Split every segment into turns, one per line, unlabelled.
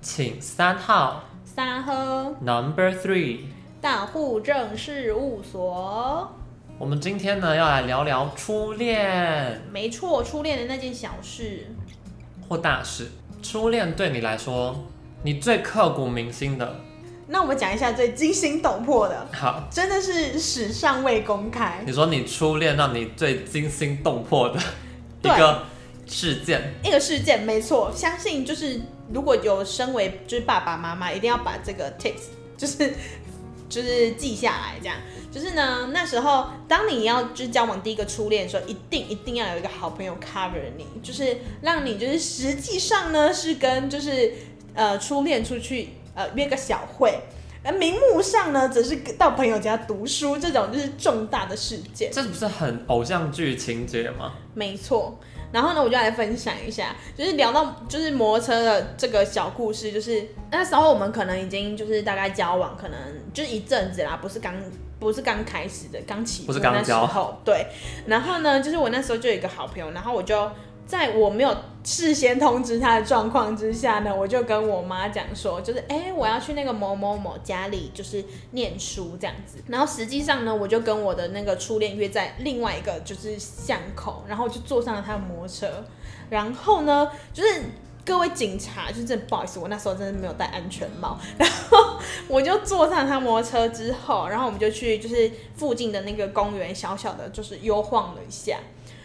请三号
三喝
Number Three。
大户政事务所。
我们今天呢要来聊聊初恋
没错，初恋的那件小事，
或大事。初恋对你来说，你最刻骨铭心的，
那我们讲一下最惊心动魄的，
好，
真的是史尚未公开。
你说你初恋让你最惊心动魄的一
对
个事件，
一个事件，没错，相信就是如果有身为就是爸爸妈妈，一定要把这个 tips 就是就是记下来，这样。就是呢，那时候当你要就是交往第一个初恋的时候，一定一定要有一个好朋友 cover 你，就是让你就是实际上呢是跟就是呃初恋出去呃约个小会，而名目上呢则是到朋友家读书这种就是重大的事件。
这不是很偶像剧情节吗？
没错。然后呢，我就来分享一下，就是聊到就是摩托车的这个小故事，就是那时候我们可能已经就是大概交往，可能就是一阵子啦，不是刚不是刚开始的，刚起步
不是刚
那时
交
候，对。然后呢，就是我那时候就有一个好朋友，然后我就在我没有事先通知他的状况之下呢，我就跟我妈讲说，就是哎、我要去那个某某某家里，就是念书这样子。然后实际上呢，我就跟我的那个初恋约在另外一个就是巷口，然后就坐上了他的摩托车。然后呢，就是各位警察，就真的不好意思，我那时候真的没有戴安全帽。然后 我就坐上他摩托车之后，然后我们就去就是附近的那个公园，小小的就是悠晃了一下。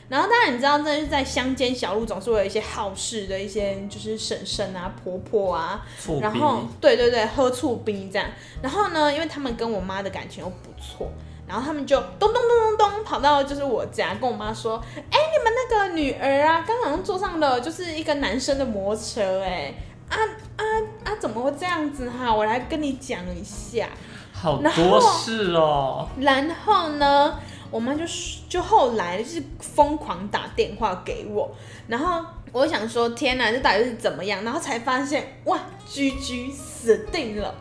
然后当然你知道，这是在乡间小路，总是会有一些好事的一些就是婶婶啊、婆婆啊，
触
然
鼻，
后对对对，喝醋冰这样。然后呢，因为他们跟我妈的感情又不错，然后他们就咚咚咚咚咚跑到就是我家，跟我妈说：“哎、你们那个女儿啊，刚好像坐上了就是一个男生的摩托车、哎啊啊啊，怎么会这样子哈、我来跟你讲一下。”
好
然
多
后
事哦。
然后呢，我妈就就后来就是疯狂打电话给我，然后我想说天哪，这到底是怎么样？然后才发现哇居居死定了。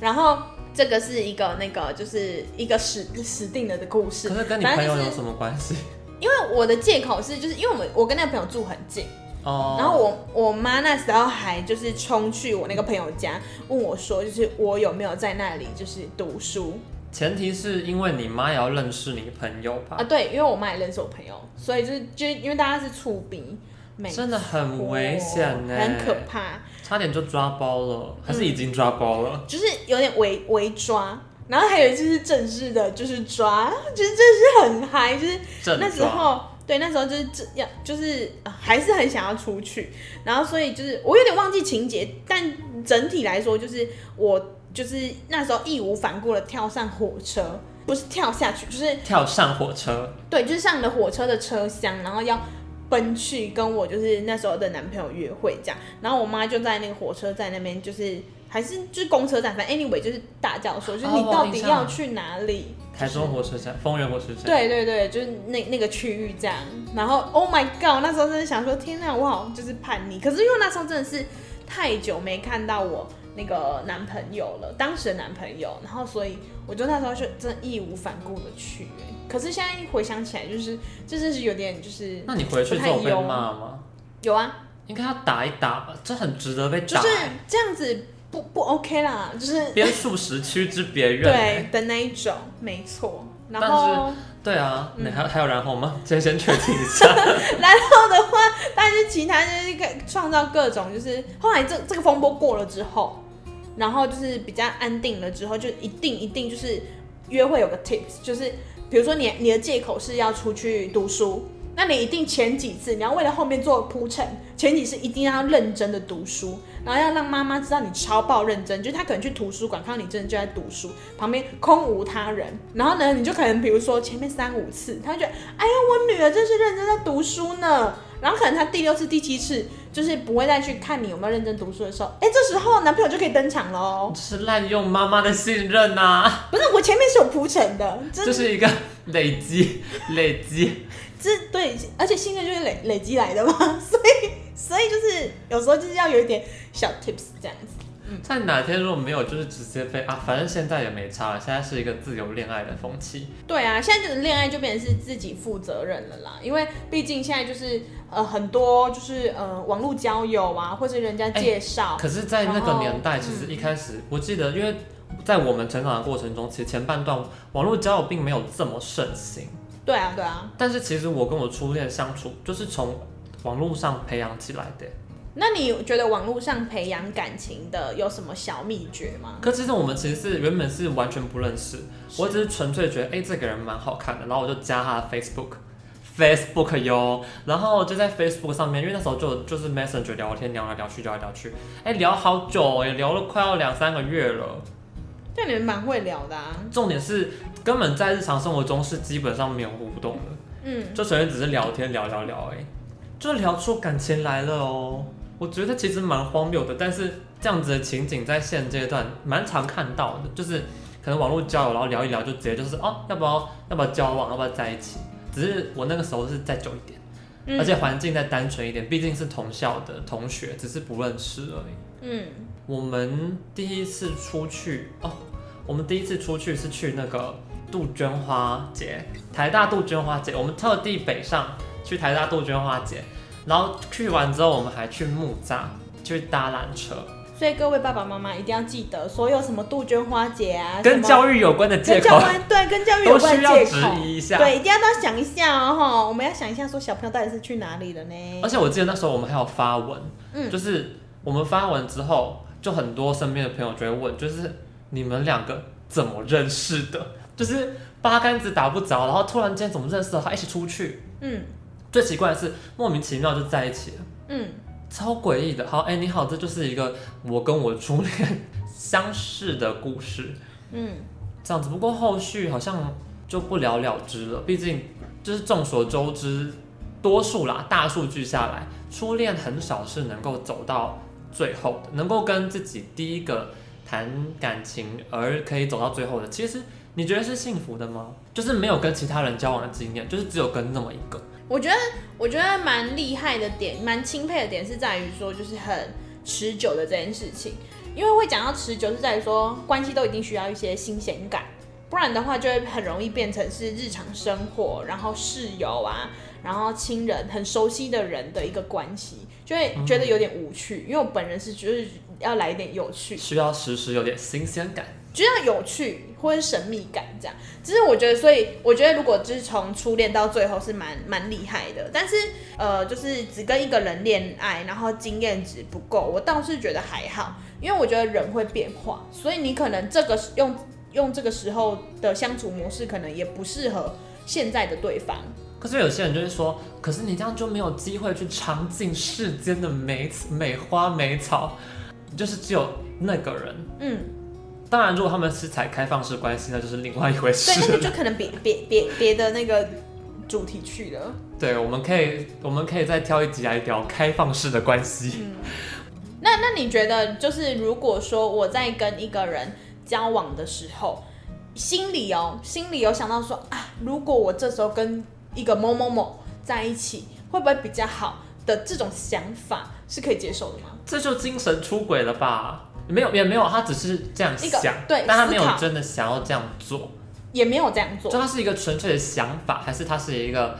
然后这个是一个那个就是一个死死定了的故事。
可是跟你
反
朋
正
友
就
有
是
什么关系？
因为我的借口是就是因为我们我跟那个朋友住很近。
哦，
然后我我妈那时候还就是冲去我那个朋友家，问我说，就是我有没有在那里就是读书，
前提是因为你妈也要认识你朋友吧
啊，？对，因为我妈也认识我朋友，所以就是就因为大家是处逼，没
真的很危险呢，
很可，怕，
差点就抓包了，还是已经抓包了？
就是有点围围抓。然后还有就是正式的，就是抓，就是这是很嗨，就是
正
嗯那时
抓，
候对那时候就是这样，就是呃还是很想要出去，然后所以就是我有点忘记情节，但整体来说就是我就是那时候义无反顾的跳上火车，不是跳下去，就是
跳上火车，
对，就是上了火车的车厢，然后要奔去跟我就是那时候的男朋友约会这样。然后我妈就在那个火车站那边，就是还是就是公车站，反正 anyway 就是大叫说，就是
哦
你
我
到
印
底
象
要去哪里？
台中火车站，丰原火车站。
对对对，就是那那个区域这样。然后 Oh my God，那时候真的想说，天哪，我好像就是叛逆。可是因为那时候真的是太久没看到我那个男朋友了，当时的男朋友，然后所以我就那时候就真的义无反顾的去、欸可是现在一回想起来，就是这真是有点就是
那你回去之后被骂吗？
有啊，
应该要打一打吧，这很值得被
就
打、
是这样子不不 OK 啦，就是
边数十区之别人、
对的那一种，没错。然
但是
后
对啊，
嗯
你还还有然后吗？先先确定一 下。
然后的话， 但是其他就是各创造各种，就是后来这这个风波过了之后，然后就是比较安定了之后，就一定一定就是约会有个 tips，就是比如说你你的借口是要出去读书，那你一定前几次你要为了后面做铺陈，前几次一定要认真的读书，然后要让妈妈知道你超爆认真，就是她可能去图书馆看到你真的就在读书，旁边空无他人，然后呢，你就可能比如说前面三五次，她就觉得哎呀我女儿真是认真在读书呢，然后可能她第六次第七次就是不会再去看你有没有认真读书的时候，哎这时候男朋友就可以登场喽
这，是滥用妈妈的信任呐、
不是我前面是有铺陈的，这
这是一个累 积累积。
这对，而且信任就是累 累积来的嘛，所以所以就是有时候就是要有一点小 tips 这样子。
在哪天如果没有，就是直接被啊，反正现在也没差了，现在是一个自由恋爱的风气。
对啊，现在就是恋爱就变成是自己负责任了啦，因为毕竟现在就是呃很多就是呃网络交友啊，或是人家介绍，
可是，在那
然
个
后
年代，其实一开始、我记得，因为在我们成长的过程中，其实前半段网络交友并没有这么盛行。
对啊对啊。
但是其实我跟我初恋相处，就是从网络上培养起来的。
那你觉得网络上培养感情的有什么小秘诀吗？
可其实我们其实是原本是完全不认识，我只是纯粹觉得，哎、这个人蛮好看的，然后我就加他的 Facebook。Facebook 哟，然后就在 Facebook 上面，因为那时候就就是 Messenger 聊天，聊来聊去，聊来聊去，哎，聊好久哦，也聊了快要两三个月了。
对，你们蛮会聊的啊。
重点是，根本在日常生活中是基本上没有互动的，
嗯，
就纯粹只是聊天聊聊聊，哎，就聊出感情来了哦。我觉得其实蛮荒谬的，但是这样子的情景在现阶段蛮常看到的，就是可能网络交友，然后聊一聊就直接就是哦，要不要要不要交往，要不要在一起？只是我那个时候是再久一点，
嗯
而且环境再单纯一点，毕竟是同校的同学，只是不认识而已。
嗯，
我们第一次出去哦，我们第一次出去是去那个杜鹃花节，台大杜鹃花节，我们特地北上去台大杜鹃花节，然后去完之后，我们还去木栅去搭缆车，
所以各位爸爸妈妈一定要记得，所有什么杜鹃花节啊，什
跟
么
教育有关的借
跟教
口
官对跟教育有
都
关
需
的
要
借
质
口，
疑一下。
对，一定要都想一下哦，吼我们要想一下说小朋友到底是去哪里了呢
而？且我记得那时候我们还有发文，
嗯
哦就是我们发文之后，就很多身边的朋友就会问，就是你们两个怎么认识的？ 就是八竿子打不着，然后突然间怎么认识的？还一起出去，
嗯
最奇怪的是莫名其妙就在一起了，
嗯，
超诡异的。好，哎、你好，这就是一个我跟我初恋相识的故事，
嗯，
这样子。不过后续好像就不了了之了，毕竟就是众所周知，多数啦，大数据下来，初恋很少是能够走到最后的，能够跟自己第一个谈感情而可以走到最后的，其实你觉得是幸福的吗？就是没有跟其他人交往的经验，就是只有跟那么一个。
我觉得我觉得蛮厉害的点，蛮钦佩的点是在于说，就是很持久的这件事情。因为会讲到持久，是在于说关系都一定需要一些新鲜感，不然的话就会很容易变成是日常生活，然后室友啊，然后亲人很熟悉的人的一个关系，就会觉得有点无趣。因为我本人是就是要来一点有趣，
需要时时有点新鲜感。
就要有趣或者神秘感这样。只是我觉得，所以我觉得如果就是从初恋到最后是蛮蛮厉害的，但是呃，就是只跟一个人恋爱，然后经验值不够，我倒是觉得还好，因为我觉得人会变化，所以你可能这个时用用这个时候的相处模式，可能也不适合现在的对方。
可是有些人就会说，可是你这样就没有机会去尝尽世间的美美花美草，就是只有那个人。
嗯，
当然，如果他们是采开放式关系，那就是另外一回
对，那
事
个。就可能别别别别的那个主题去了。
对，我们可以，我们可以再挑一集来聊开放式的关
嗯
系。
那那你觉得，就是如果说我在跟一个人交往的时候，心里哦，心里有想到说啊，如果我这时候跟一个某某某在一起，会不会比较好的这种想法是可以接受的吗？
这就精神出轨了吧？没有，也没有，他只是这样
一个
想，
对
但他没
思
有
考
真的想要这样做。
也没有这样做
就，他是一个纯粹的想法，还是他是一个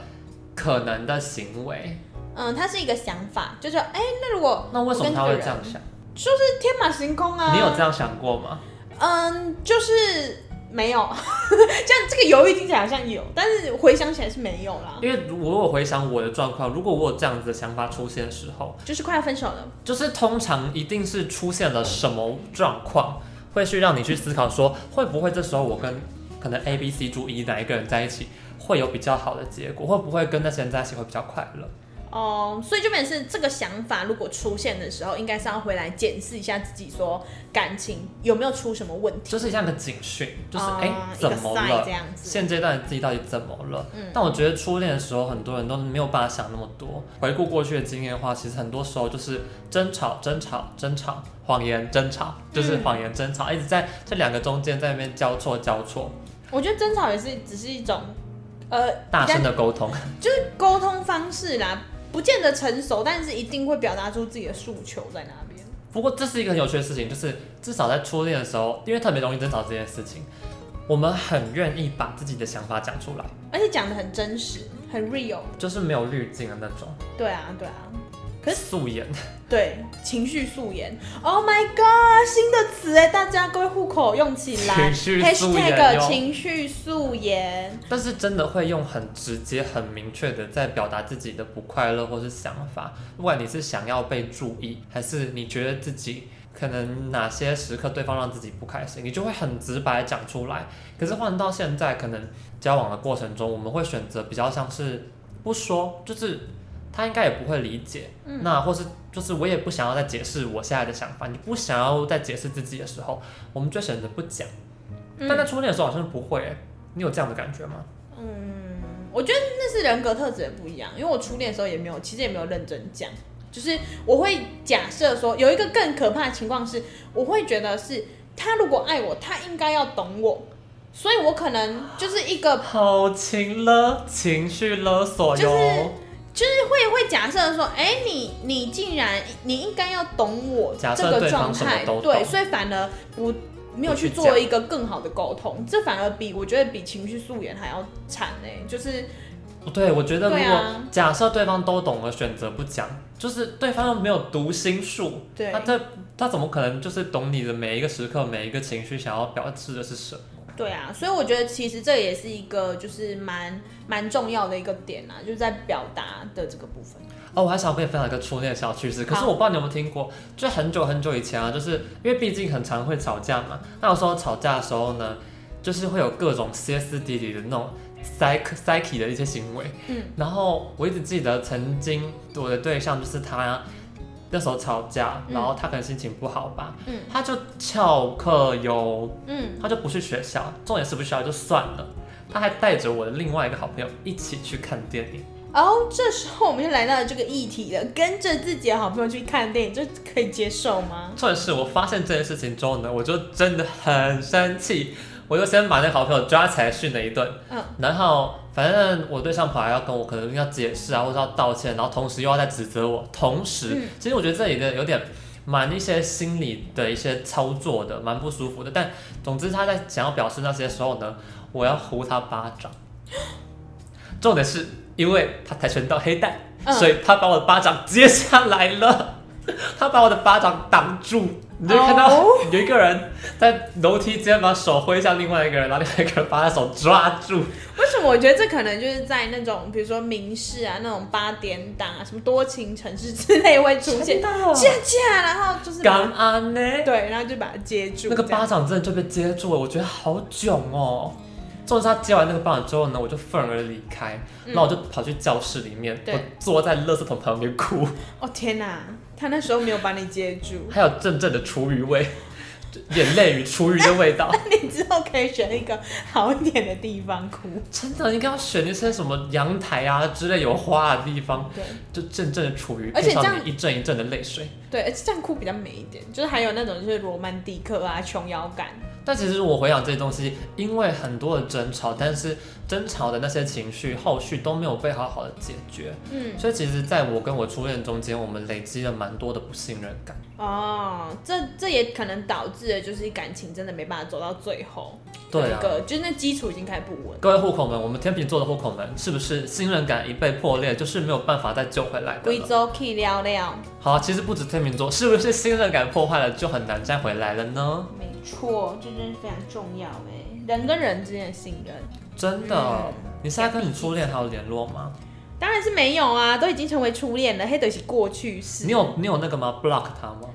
可能的行为？
嗯，它是一个想法，就是哎、那如果
那为什么他会这样想？
就是天马行空啊，
你有这样想过吗？
嗯，就是没有， 这样这个犹豫听起来好像有，但是回想起来是没有啦，
因为如果我回想我的状况，如果我有这样子的想法出现的时候，
就是快要分手了，
就是通常一定是出现了什么状况，会去让你去思考说，会不会这时候我跟可能 A、B、C、D、E 哪一个人在一起会有比较好的结果，会不会跟那些人在一起会比较快乐？
哦、所以就变成是这个想法，如果出现的时候，应该是要回来检视一下自己，说感情有没有出什么问题，
就是像个警讯，就是
哦
哎、
一
怎
个
么
sign
了
这？样子。
现阶段自己到底怎么了？
嗯
但我觉得初恋的时候，很多人都没有办法想那么多。回顾过去的经验的话，其实很多时候就是争吵、争吵、争吵，谎言、争吵，就是
嗯
谎言、争吵，一直在这两个中间在那边交错、交错，
我觉得争吵也是只是一种，呃，
大
比较
声的沟通。
沟通方式啦，不见得成熟，但是一定会表达出自己的诉求在那边。
不过这是一个很有趣的事情，就是至少在初恋的时候，因为特别容易争吵这件事情，我们很愿意把自己的想法讲出来，
而且讲的很真实，很 real。
就是没有滤镜的那种
对啊，对啊，可是
素颜。
对，情绪素颜。Oh my god，新的词哎，大家各位户口用起来。
情绪素颜
Hashtag
哟
情绪素颜，
但是真的会用很直接、很明确的在表达自己的不快乐或是想法，不管你是想要被注意，还是你觉得自己可能哪些时刻对方让自己不开心，你就会很直白地讲出来。可是换到现在，可能交往的过程中，我们会选择比较像是不说，就是他应该也不会理解，
嗯
那或是就是我也不想要再解释我现在的想法，你不想要再解释自己的时候，我们就选择不讲。
嗯
但在初恋的时候好像不会、欸，你有这样的感觉吗？
我觉得那是人格特质也不一样，因为我初恋的时候也没有，其实也没有认真讲，就是我会假设说有一个更可怕的情况是，我会觉得是他如果爱我，他应该要懂我，所以我可能就是一个
好情勒，情绪勒索哟。
就是会会假设说，哎、你你竟然你应该要懂我
假
这
设
个
对
状
方什么
态
都，懂
对，所以反而不没有去
不去
做
讲
一个更好的沟通，这反而比我觉得比情绪素颜还要惨哎、就是
哦对，我觉得如
对
果
啊
假设对方都懂了，选择不讲，就是对方又没有读心术，
对
他这他怎么可能就是懂你的每一个时刻、每一个情绪想要表示的是什么？
对啊，所以我觉得其实这也是一个就是蛮蛮重要的一个点啊，就是在表达的这个部分。
哦，我还想跟你分享一个初恋的小趣事，可是
好
我不知道你有没有听过，就很久很久以前啊，就是因为毕竟很常会吵架嘛，那有时候吵架的时候呢，就是会有各种歇斯底里的那种 psych psyche 的一些行为，
嗯，
然后我一直记得曾经我的对象就是他。那时候吵架，
嗯
然后他可能心情不好吧，
嗯
他就翘课哟，
嗯，
他就不去学校，重点是不去学校就算了，他还带着我的另外一个好朋友一起去看电影。
哦，这时候我们就来到了这个议题了，跟着自己的好朋友去看电影，这可以接受吗？
重点是我发现这件事情之后呢，我就真的很生气，我就先把那个好朋友抓起来训了一顿。
嗯，
然后反正我对象跑来要跟我可能要解释啊，或者要道歉，然后同时又要在指责我。同时，
嗯
其实我觉得这里的有点蛮一些心理的一些操作的，蛮不舒服的。但总之他在想要表示那些时候呢，我要呼他巴掌。重点是因为他跆拳道黑带，
嗯
所以他把我的巴掌接下来了，他把我的巴掌挡住。你就看到
哦
有一个人在楼梯间把手挥向另外一个人，然后另外一个人把他手抓住。
为什么？我觉得这可能就是在那种比如说民事啊、那种八点档啊、什么多情城市之类会出现架架，然后就是把
感恩呢？
对，然后就把它接住
啊那个
这样
巴掌真的就被接住了，我觉得好囧哦。重点是他接完那个巴掌之后呢，我就愤而离开，
嗯
然后我就跑去教室里面，
对
我坐在垃圾桶旁边哭，
哦天哪、他那时候没有把你接住。
还有阵阵的厨余味， 眼泪与厨余的味 道。
你之后可以选一个好一点的地方哭。
真的应该要选一些什么阳台啊之类有花的地方，
对
就阵阵的处于
而
配
且这
上
样
你一阵一阵的泪水。
对，而且这样哭比较美一点，就是还有那种就是罗曼蒂克啊、琼瑶感。
但其实我回想这些东西，因为很多的争吵，但是争吵的那些情绪后续都没有被好好的解决，
嗯，
所以其实在我跟我初恋中间，我们累积了蛮多的不信任感。
哦，这这也可能导致的就是感情真的没办法走到最后。
对
有
啊
一，个就是那基础已经开始不稳。
各位户口们，我们天秤座的户口们，是不是信任感一被破裂，就是没有办法再救回来的
贵
了？
州 K 聊聊，
好啊，其实不止天秤座，是不是信任感破坏了就很难再回来了呢？
没错，这真是非常重要哎，人跟人之间的信任。
真的，
嗯
你现在跟你初恋还有联络吗？
当然是没有啊，都已经成为初恋了，黑的是过去式。
你有你有那个吗？block 他吗？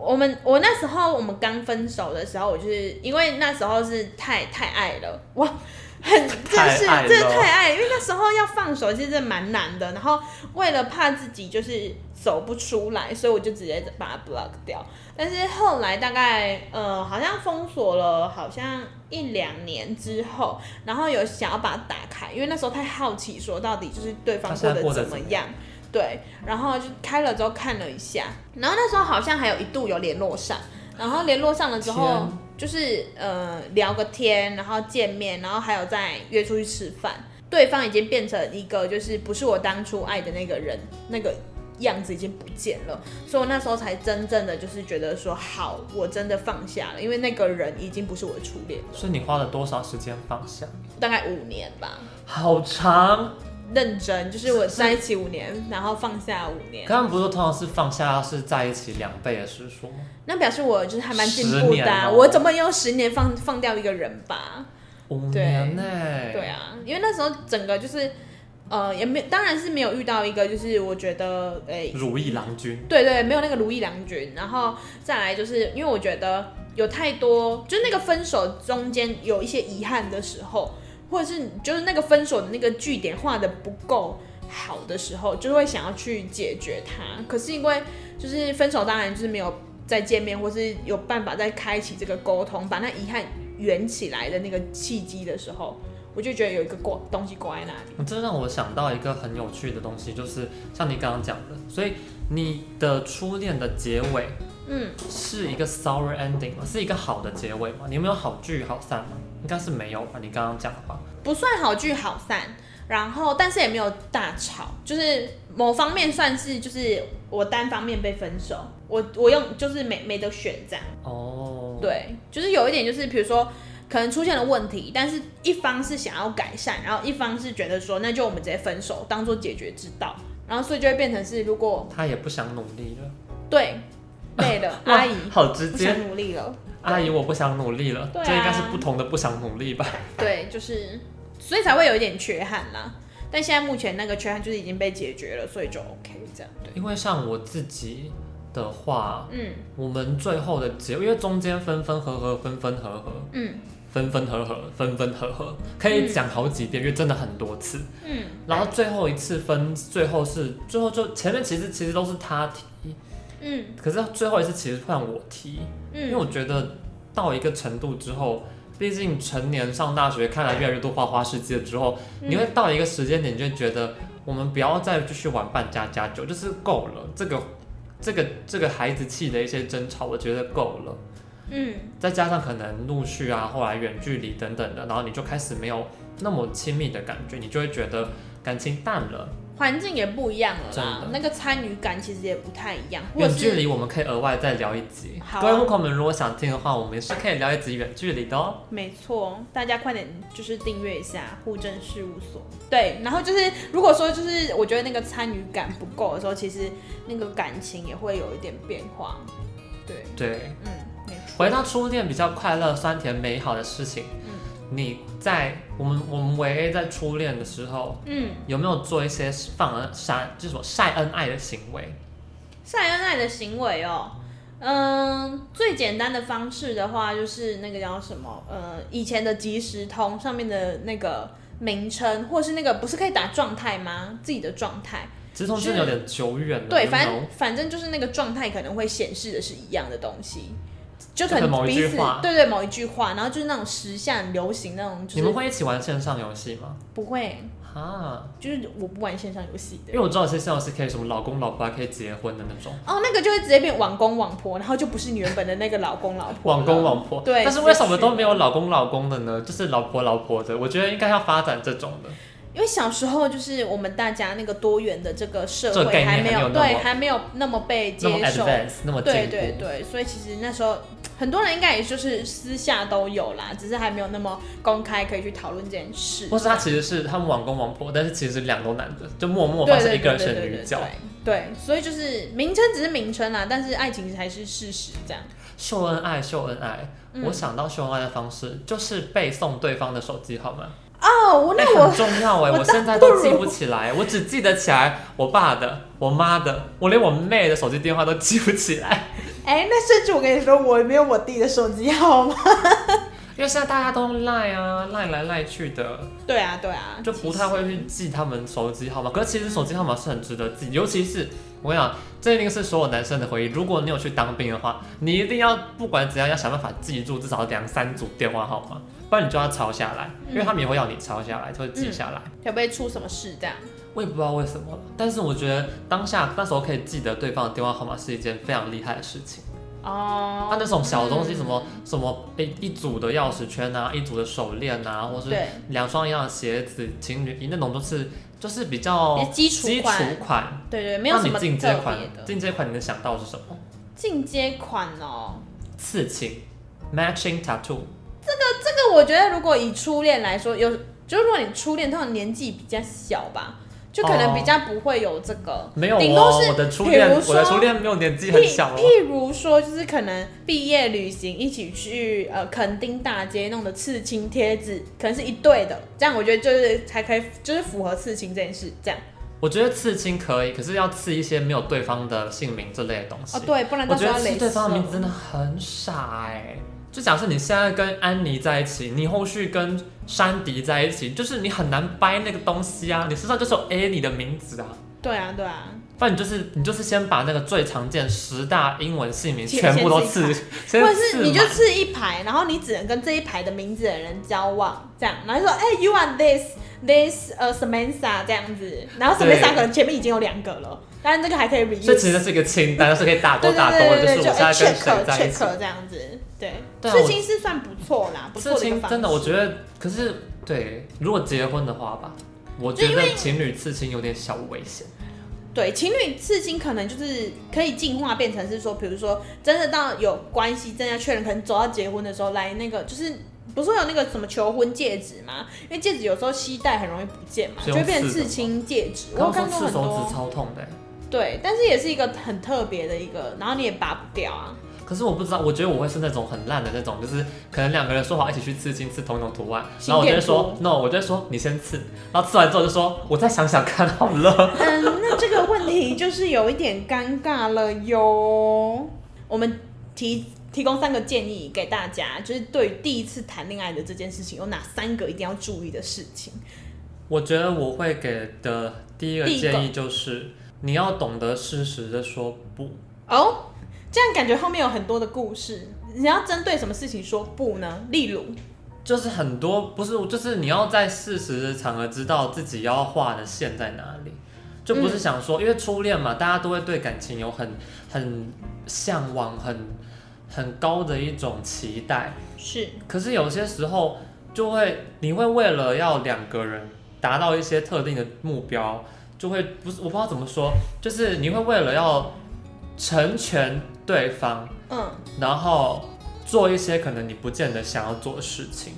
我们我那时候我们刚分手的时候，我就是因为那时候是太太爱了，哇， 很真
太
是
爱了
真的太爱了，因为那时候要放手其实真的蛮难的。然后为了怕自己就是走不出来，所以我就直接把它 block 掉。但是后来大概呃好像封锁了好像一两年之后，然后有想要把它打开，因为那时候太好奇说到底就是对方
他现在
过
过得
得怎
怎
么
么样
样。对，然后就开了之后看了一下，然后那时候好像还有一度有联络上，然后联络上了之后
天，
就是呃聊个天，然后见面，然后还有再约出去吃饭。对方已经变成一个就是不是我当初爱的那个人，那个样子已经不见了，所以我那时候才真正的就是觉得说，好，我真的放下了，因为那个人已经不是我的初恋了，
所以你花了多少时间放下？
大概五年吧，
好长。
认真就是我在一起五年，然后放下五年，
刚刚不是说通常是放下是在一起两倍的时数吗？
那表示我就是还蛮进步
十
的、
年
啊，
哦
我怎么用十年放放掉一个人吧？
五年呢、
对啊，因为那时候整个就是，呃，也没当然是没有遇到一个就是我觉得，哎、
如意郎君，
对对，没有那个如意郎君。然后再来就是因为我觉得有太多，就是那个分手中间有一些遗憾的时候，或者是就是那个分手的那个据点画的不够好的时候，就会想要去解决它。可是因为就是分手，当然就是没有再见面，或是有办法再开启这个沟通，把那遗憾圆起来的那个契机的时候，我就觉得有一个挂东西挂在那里。
这让我想到一个很有趣的东西，就是像你刚刚讲的，所以你的初恋的结尾
嗯，
是一个 sour ending 吗？是一个好的结尾吗？你有没有好聚好散吗？应该是没有吧？你刚刚讲的话，
不算好聚好散，然后但是也没有大吵，就是某方面算是就是我单方面被分手，我我用就是没没得选这样，
哦，
对，就是有一点就是比如说可能出现了问题，但是一方是想要改善，然后一方是觉得说那就我们直接分手当做解决之道，然后所以就会变成是如果
他也不想努力了，
对累 了阿姨
哇好直
不
接，
想努力了，
阿姨我不想努力了，
对啊
这应该是不同的不想努力吧？
对，就是所以才会有一点缺憾啦。但现在目前那个缺憾就是已经被解决了，所以就 OK 这样。
对，因为像我自己的话，
嗯
我们最后的结，因为中间分分合合，分分合合，
嗯
分分合合，分分合合，可以讲好几遍，因为真的很多次。
嗯，
然后最后一次分，最后是最后就前面其实其实都是他提，
嗯
可是最后一次其实换我提，因为
嗯，
我觉得到一个程度之后，毕竟成年上大学看了越来越多花花世界之后，
嗯
你会到一个时间点，你就会觉得我们不要再继续玩扮家家酒，就是够了。这个这个这个孩子气的一些争吵，我觉得够了。
嗯
再加上可能陆续啊，后来远距离等等的，然后你就开始没有那么亲密的感觉，你就会觉得感情淡了。
环境也不一样了
真
啦
的，
那个参与感其实也不太一样，或
远
者
距
是
离我们可以额外再聊一集。
好啊
各位户口们，如果想听的话，我们也是可以聊一集远距离的哦。
没错，大家快点就是订阅一下户政事务所。对，然后就是如果说就是我觉得那个参与感不够的时候，其实那个感情也会有一点变化。对，
对，
嗯，没错，
回到初恋比较快乐、酸甜、美好的事情。
嗯
你在我们我们维 A 在初恋的时候，
嗯，
有没有做一些放恩晒就是什么晒恩爱的行为？
晒恩爱的行为哦。嗯，最简单的方式的话，就是那个叫什么，呃，以前的即时通上面的那个名称，或是那个不是可以打状态吗？自己的状态，
直通真的有点久远了，
对，
you
反
know
正反正就是那个状态可能会显示的是一样的东西，就
就
可
是
能
某一
彼
句
此
话
对对某一句话，然后就是那种时下流行那种，
你
就
们
是啊
会一起玩线上游戏吗？
不会，
哈，
就是我不玩线上游戏的
因为。我知道有些线上游戏可以什么老公老婆还可以结婚的那种，
哦，那个就会直接变网公网婆，然后就不是你原本的那个老公老婆了。
网公网婆。
对
但是为什么都没有老公老公的呢？就是老婆老婆的，我觉得应该要发展这种的。
因为小时候就是我们大家那个多元的这个社
这个概
会
念
还没
还没有那么
对还没有那么被接
那么
受，
advance，那么进
对
步，
对对，所以其实那时候很多人应该也就是私下都有啦，只是还没有那么公开可以去讨论这件事。
或是他其实是他们网公网婆，但是其实两都男的，就默默
对
发现
对对
一个人
对
选
对
女
对
角。
对，所以就是名称只是名称啦，但是爱情才是事实这样。
秀恩爱，秀恩爱。
嗯
我想到秀恩爱的方式就是背诵对方的手机号码，
哦，我
哎、
那我
很重要哎、我
我倒
现在
不
都记
如
不起来，我只记得起来我爸的、我妈的，我连我妹的手机电话都记不起来，
哎、那甚至我跟你说，我没有我弟的手机号码。
因为现在大家都用赖啊，赖来赖去的，
对啊，对啊，
就不太会去记他们手机号码。可是其实手机号码是很值得记，尤其是我跟你讲，这一定是所有男生的回忆。如果你有去当兵的话，你一定要不管怎样要想办法记住至少两三组电话号码，不然你就要抄下来，因为他们也会要你抄下来，就会记下来。
会不会出什么事这样？
我也不知道为什么，但是我觉得当下那时候可以记得对方的电话号码是一件非常厉害的事情。
哦，
他那种小东西，什么
嗯
什么一一组的钥匙圈啊，一组的手链啊，或是
对，
两双一样的鞋子、情侣衣那种，都是就是比较
比较基础
基础
款
款。
对对，没有
那
什
你
么特别
进阶款，
的。
进阶款你能想到是什么？
进阶款哦，
刺青，matching tattoo。
这个我觉得如果以初恋来说，有就如果你初恋通常年纪比较小吧，就可能
哦
比较不会有这个。
没有
顶多
哦，
是
我的初
比
恋，
如
我的
说
初恋没有年纪很
譬
小哦。
譬如说，就是可能毕业旅行一起去呃垦丁大街弄的刺青贴纸，可能是一对的，这样我觉得就是才可以，就是符合刺青这件事。这样
我觉得刺青可以，可是要刺一些没有对方的姓名之类的东西。
哦，对，不然
我
到
觉
时
得
候要
刺
累
对方的名字
死
真的很傻哎、就假设你现在跟安妮在一起，你后续跟山迪在一起，就是你很难掰那个东西啊。你身上就是有 A 你的名字啊，
对啊，对啊，
不然你就是你就是先把那个最常见十大英文姓名
先
全部都
先
刺，
或
先
者是
刺
你就
满
刺一排，然后你只能跟这一排的名字的人交往，这样，然后就说，哎、y o u are this this 呃、Samantha 这样子，然后
对
Samantha 可能前面已经有两个了，但是这个还可以 reuse，
所以其实是一个清单，是可以打勾
对对
打勾的，
对
就
对
是
对，
我
就
现在
哎
跟
check
谁在一起。
check 这样子，对，
对啊
刺
我
青是算不错啦，不
刺
错的一个
青
方
真的，我觉
得
得，可是对，如果结婚的话吧，我觉得情侣刺青有点小危险。
对情侣刺青可能就是可以进化变成是说，比如说真的到有关系，真的要确认，可能走到结婚的时候来那个就是。不是会有那个什么求婚戒指吗？因为戒指有时候携带很容易不见嘛，
是
就
用
会变成
刺的
刺
吗
青戒指。我
刚
有
刚
看
说
过
刺
很
手指
多，
超痛的欸、
对，但是也是一个很特别的一个，然后你也拔不掉啊。
可是我不知道，我觉得我会是那种很烂的那种，就是可能两个人说好一起去刺青，刺同一种图案，然后我就会
心
说
电
no，我就会说你先刺，然后刺完之后就说我再想想看好 了。
嗯，那这个问题就是有一点尴尬了哟。我们提提供三个建议给大家，就是对于第一次谈恋爱的这件事情，有哪三个一定要注意的事情？
我觉得我会给的第一个
第一个
建议就是，你要懂得适时的说不。
哦，这样感觉后面有很多的故事。你要针对什么事情说不呢？例如，
就是很多不是，就是你要在适时的场合知道自己要画的线在哪里，就不是想说，因为初恋嘛，大家都会对感情有很很向往、很很高的一种期待，
是
可是有些时候就会，你会为了要两个人达到一些特定的目标，就会不是我不知道怎么说，就是你会为了要成全对方，
嗯，
然后做一些可能你不见得想要做的事情。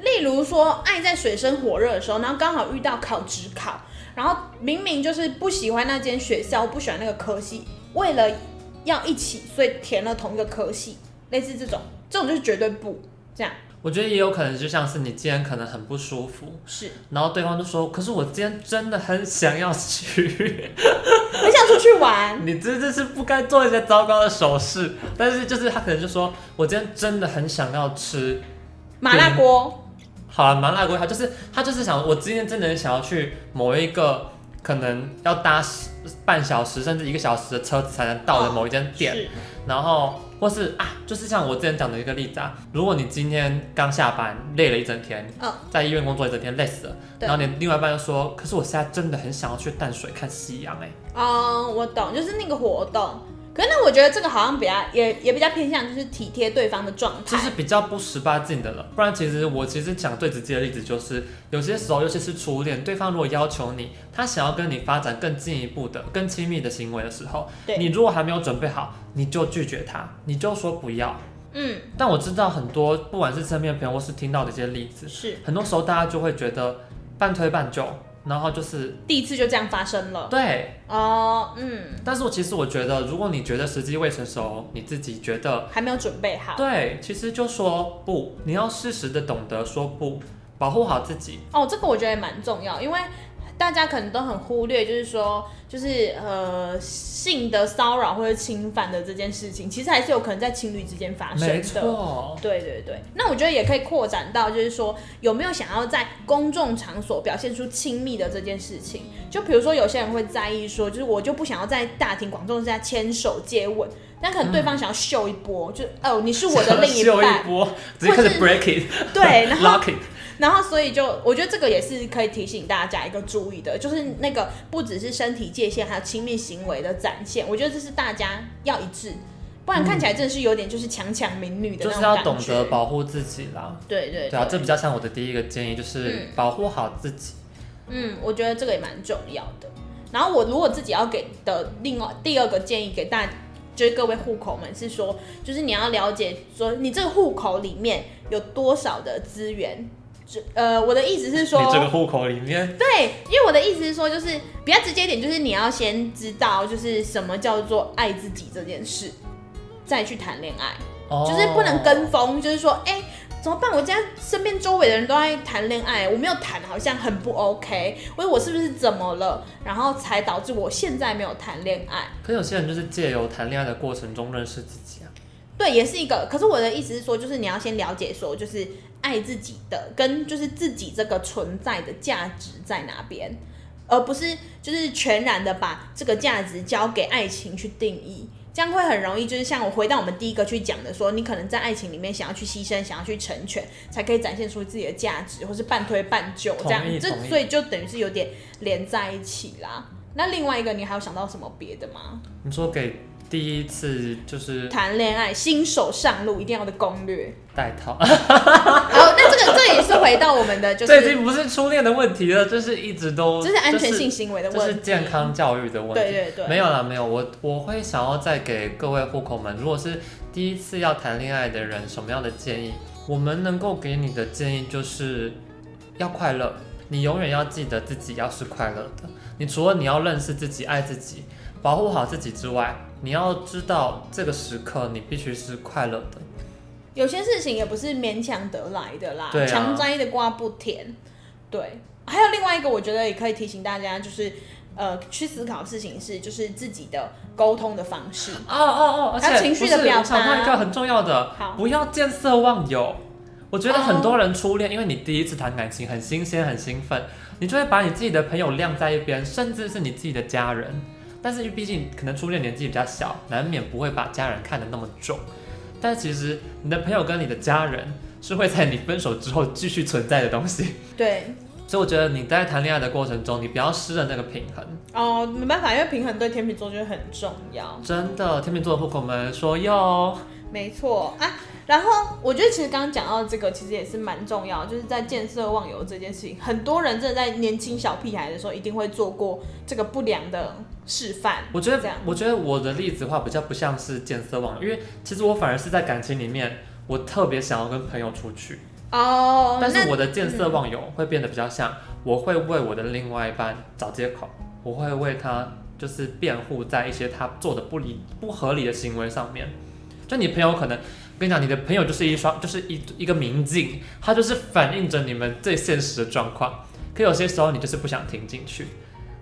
例如说，爱在水深火热的时候，然后刚好遇到考职考，然后明明就是不喜欢那间学校，不喜欢那个科系，为了要一起，所以填了同一个科系，类似这种，这种就是绝对不这样，
我觉得也有可能，就像是你今天可能很不舒服，
是
然后对方就说：“可是我今天真的很想要去。
很想出去”玩，
你这这是不该做一些糟糕的手势，但是就是他可能就说：“我今天真的很想要吃。
麻辣 锅，”
好了，麻辣锅他就是他就是想，我今天真的很想要去某一个可能要搭十半小时甚至一个小时的车子才能到的某一间店，
是
然后或是啊，就是像我之前讲的一个例子啊，如果你今天刚下班累了一整天，
嗯，
在医院工作一整天累死了，
对
然后你另外一半就说，可是我现在真的很想要去淡水看夕阳哎、
嗯，我懂，就是那个活动。可是那我觉得这个好像比较也也比较偏向就是体贴对方的状
就
态，
是比较不十八禁的了。不然其实我其实讲最直接的例子就是，有些时候尤其是初恋，对方如果要求你，他想要跟你发展更进一步的、更亲密的行为的时候，你
对，
如果还没有准备好，你就拒绝他，你就说不要。
嗯，
但我知道很多，不管是身边的朋友或是听到的一些例子，
是
很多时候大家就会觉得半推半就，然后就是
第一次就这样发生了，
对，
哦，嗯，
但是我其实我觉得，如果你觉得时机未成熟，你自己觉得
还没有准备好。
对，其实就说不，你要适时的懂得说不，保护好自己。
哦，这个我觉得也蛮重要，因为大家可能都很忽略，就是说，就是呃，性的骚扰或者侵犯的这件事情，其实还是有可能在情侣之间发生
没
的。
错，
对对对，那我觉得也可以扩展到，就是说有没有想要在公众场所表现出亲密的这件事情？就比如说有些人会在意说，就是我就不想要在大庭广众之下牵手接吻，但可能对方想要秀一波，就哦你是我的另一
秀
半，
一波，直接开始
或
break it，
对，然后
lock it。
然后，所以就我觉得这个也是可以提醒大家一个注意的，就是那个不只是身体界限，还有亲密行为的展现。我觉得这是大家要一致，不然看起来真的是有点就是强抢民女的
就
那
是
种
要
感觉。
懂得保护自己啦。
对对
对啊，这比较像我的第一个建议，就是保护好自己。
嗯，我觉得这个也蛮重要的。然后我如果自己要给的另外第二个建议给大就是各位户口们是说，就是你要了解说你这个户口里面有多少的资源。就呃，我的意思是说，
你这个户口里面，
对，因为我的意思是说，就是比较直接一点，就是你要先知道，就是什么叫做爱自己这件事，再去谈恋爱。
哦
就是不能跟风，就是说，哎、怎么办？我家身边周围的人都在谈恋爱，我没有谈，好像很不 OK。我我是不是怎么了？然后才导致我现在没有谈恋爱。
可有些人就是借由谈恋爱的过程中认识自己啊。
对，也是一个。可是我的意思是说，就是你要先了解说，就是爱自己的跟就是自己这个存在的价值在哪边，而不是就是全然的把这个价值交给爱情去定义。这样会很容易，就是像我回到我们第一个去讲的说你可能在爱情里面想要去牺牲，想要去成全，才可以展现出自己的价值，或是半推半就这样
同意。
这
同意
所以就等于是有点连在一起啦。那另外一个，你还有想到什么别的吗？
你说给第一次就是
谈恋爱新手上路一定要的攻略。
戴套，
好，那这个这也是回到我们的就
这已
是
经不是初恋的问题了，这是一直都
这是安全性行为的
这是，这
问
是
题，
健康教育的问题。
对对对，
没有啦，没有，我我会想要再给各位户口们，如果是第一次要谈恋爱的人，什么样的建议？我们能够给你的建议就是要快乐，你永远要记得自己要是快乐的。你除了你要认识自己、爱自己、保护好自己之外，你要知道这个时刻你必须是快乐的。
有些事情也不是勉强得来的啦
对，啊
强摘的瓜不甜。对，还有另外一个，我觉得也可以提醒大家，就是呃，去思考事情是就是自己的沟通的方式。
哦哦哦，而
还有
且
情绪的
不是
表
我想到一个
达
很重要的，
好，
不要见色忘友。我觉得很多人初恋，因为你第一次谈感情，很新鲜、很兴奋，你就会把你自己的朋友晾在一边，甚至是你自己的家人。但是毕竟可能初恋年纪比较小，难免不会把家人看得那么重。但其实你的朋友跟你的家人是会在你分手之后继续存在的东西。
对，
所以我觉得你在谈恋爱的过程中，你不要失了那个平衡。
哦，没办法，因为平衡对天秤座就很重要。
真的，天秤座的户口们说哟，
没错啊，然后我觉得其实刚刚讲到这个，其实也是蛮重要，就是在见色忘友这件事情，很多人真的在年轻小屁孩的时候，一定会做过这个不良的示范。
我觉得
这样，
我觉得我的例子的话比较不像是见色忘友，因为其实我反而是在感情里面，我特别想要跟朋友出去，
哦，
但是
那
我的见色忘友会变得比较像，我会为我的另外一半找借口，我会为他就是辩护在一些他做的不理不合理的行为上面。就你朋友可能，我跟你讲，你的朋友就是一双，就是一一个明镜，它就是反映着你们最现实的状况。可有些时候你就是不想听进去，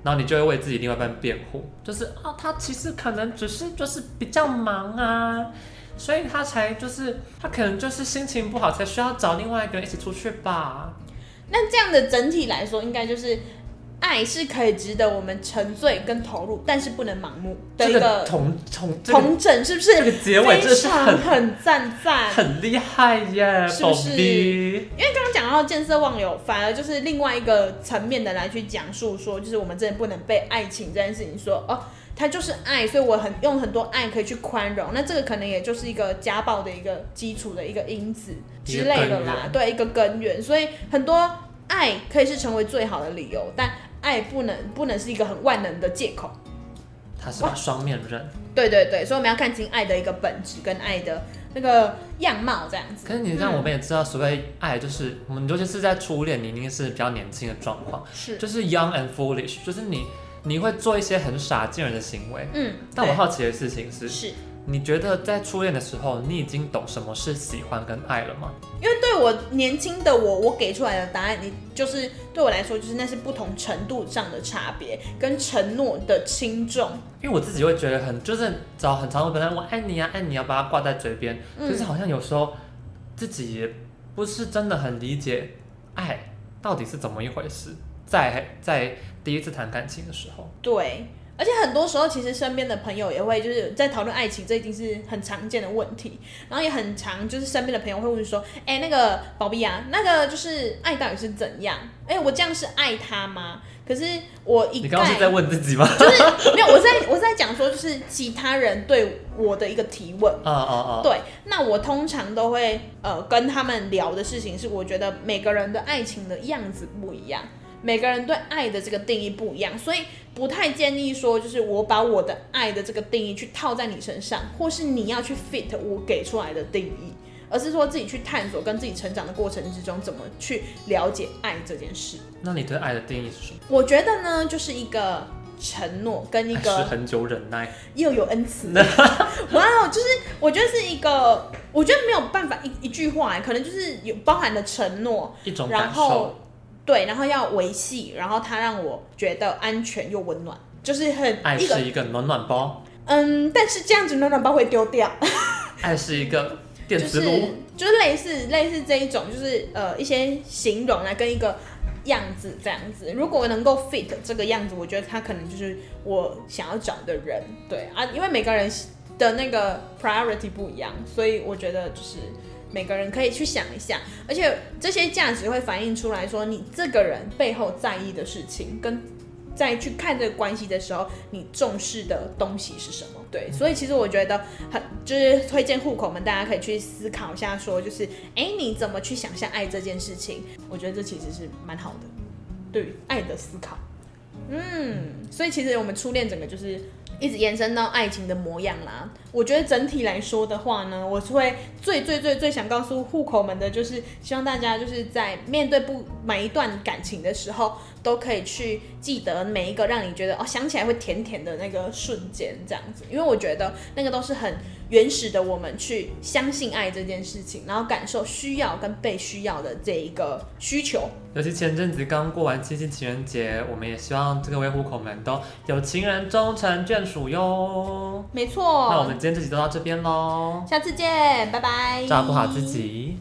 然后你就会为自己另外一半辩护，就是啊，他其实可能只是就是比较忙啊，所以他才就是他可能就是心情不好，才需要找另外一个人一起出去吧。
那这样的整体来说，应该就是爱是可以值得我们沉醉跟投入，但是不能盲目的
这
一
个
个
同同这个
同整，是不
这
是？
个结尾真的
非
是
常
很
很赞赞，
很厉害耶，
是
宝
不是
贝。
刚刚讲到见色忘友，反而就是另外一个层面的来去讲述说，就是我们真的不能被爱情这件事情说哦，它就是爱，所以我很用很多爱可以去宽容。那这个可能也就是一个家暴的一个基础的一个因子之类的
一个根，
啦
源
对，一个根源。所以很多爱可以是成为最好的理由，但爱不能不能是一个很万能的借口。
他是个双面人，
对对对，所以我们要看清爱的一个本质跟爱的那个样貌这样子。
可是你让我们也知道，所谓爱就是我们尤其是在初恋，你一定是比较年轻的状况，
是，
就是 young and foolish，就是你你会做一些很傻贱人的行为。
嗯，
但我
对
好奇的事情是，
是。
你觉得在初恋的时候，你已经懂什么是喜欢跟爱了吗？
因为对我年轻的我，我给出来的答案，你就是对我来说，就是那是不同程度上的差别，跟承诺的轻重。
因为我自己会觉得很，就是找很长的本来我爱你啊，爱你啊，把它挂在嘴边，可是
嗯，
好像有时候自己也不是真的很理解爱到底是怎么一回事，在在第一次谈感情的时候，
对。而且很多时候，其实身边的朋友也会就是在讨论爱情，这已经是很常见的问题。然后也很常就是身边的朋友会问说：“哎、那个宝贝啊，那个就是爱到底是怎样？哎、我这样是爱他吗？”可是我一
你
概
刚刚是在问自己吗？
就是没有，我是在我是在讲说，就是其他人对我的一个提问。
啊啊啊！
对，那我通常都会呃跟他们聊的事情是，我觉得每个人的爱情的样子不一样，每个人对爱的这个定义不一样，所以不太建议说就是我把我的爱的这个定义去套在你身上，或是你要去 fit 我给出来的定义，而是说自己去探索跟自己成长的过程之中，怎么去了解爱这件事。
那你对爱的定义是什么？
我觉得呢，就是一个承诺跟一
还
个
哎是很久忍耐，
又有恩慈，哇哦！就是我觉得是一个，我觉得没有办法一一句话、欸可能就是有包含的承诺，
一种
然
感
后
受。
对，然后要维系，然后它让我觉得安全又温暖，就是
爱
很一个
是一个暖暖 包，
嗯，但是这样子暖暖包会丢掉，
爱是一个电
就
磁
是
炉，
就是类似类似这一种，就是呃一些形容来跟一个。样子这样子，如果能够 fit 这个样子，我觉得他可能就是我想要找的人，对啊，因为每个人的那个 priority 不一样，所以我觉得就是每个人可以去想一下，而且这些价值会反映出来说你这个人背后在意的事情，跟在去看这个关系的时候，你重视的东西是什么。对，所以其实我觉得很就是推荐户口们，大家可以去思考一下，说就是哎、诶你怎么去想象爱这件事情？我觉得这其实是蛮好的，对于爱的思考。嗯，所以其实我们初恋整个就是一直延伸到爱情的模样啦。我觉得整体来说的话呢，我是会最最最最想告诉户口们的，就是希望大家就是在面对不每一段感情的时候，都可以去记得每一个让你觉得哦想起来会甜甜的那个瞬间，这样子。因为我觉得那个都是很原始的，我们去相信爱这件事情，然后感受需要跟被需要的这一个需求。
尤其前阵子刚过完七夕情人节，我们也希望各位户口们都有情人终成眷属哟。
没
那我
错
们，今天这集就到这边喽，
下次见，拜拜。
照顾好自己。